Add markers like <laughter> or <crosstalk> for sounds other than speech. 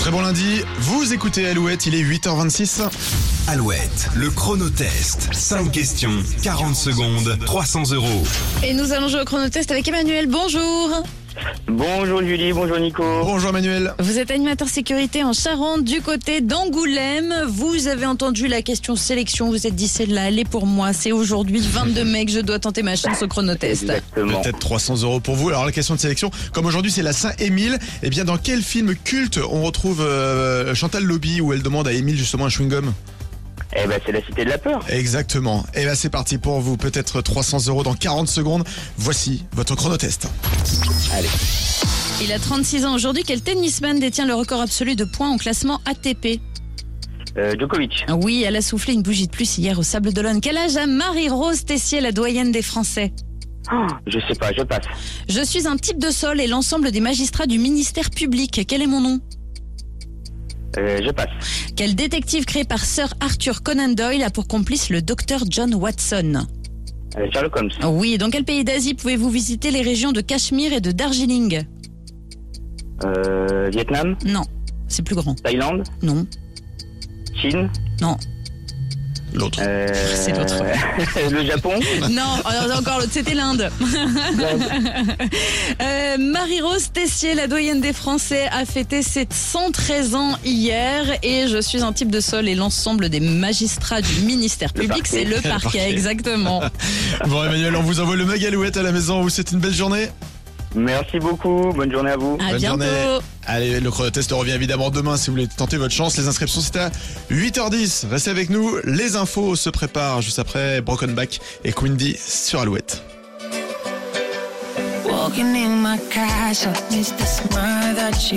Très bon lundi, vous écoutez Alouette, il est 8h26. Alouette, le chronotest. 5 questions, 40 secondes, 300 euros. Et nous allons jouer au chronotest avec Emmanuel. Bonjour. Bonjour Julie, bonjour Nico. Bonjour Manuel. Vous êtes animateur sécurité en Charente du côté d'Angoulême. Vous avez entendu la question sélection. Vous êtes dit celle-là, elle est pour moi. C'est aujourd'hui 22 mai que je dois tenter ma chance au chronotest. Exactement. Peut-être 300 euros pour vous. Alors la question de sélection, comme aujourd'hui c'est la Saint-Émile, eh bien dans quel film culte on retrouve euh, Chantal Lobby où elle demande à Émile justement un chewing-gum Eh ben c'est la cité de la peur. Exactement. Et bien c'est parti pour vous, peut-être 300 euros dans 40 secondes. Voici votre chronotest. Il a 36 ans aujourd'hui. Quel tennisman détient le record absolu de points en classement ATP Euh, Djokovic, Ah Oui, elle a soufflé une bougie de plus hier au Sable d'Olonne. Quel âge a Marie-Rose Tessier, la doyenne des Français Ah. je sais pas, je passe. Je suis un type de sol et l'ensemble des magistrats du ministère public. Quel est mon nom Euh, je passe. Quel détective créé par Sir Arthur Conan Doyle a pour complice le docteur John Watson Euh, Sherlock Holmes, Oui, dans quel pays d'Asie pouvez-vous visiter les régions de Cachemire et de Darjeeling euh, Vietnam, Non, c'est plus grand. Thaïlande, Non, Chine, non, L'autre. euh, C'est l'autre. <laughs> le <laughs> Japon. <laughs> non, alors, encore l'autre, c'était l'Inde. Euh, Marie-Rose Tessier, la doyenne des Français, a fêté ses 113 ans hier et je suis un type de sol et l'ensemble des magistrats du ministère Le public, parquet. c'est le parquet. parquet, exactement. Bon Emmanuel, on vous envoie le mag Alouette à la maison. On Vous souhaite une belle journée. Merci beaucoup, bonne journée à vous. À Bonne bientôt. journée. Allez, le chronotest revient évidemment demain si vous voulez tenter votre chance. Les inscriptions, c'est à 8h10. Restez avec nous. Les infos se préparent juste après Broken Back et Quindy sur Alouette. Walking in my castle, it's the smile that you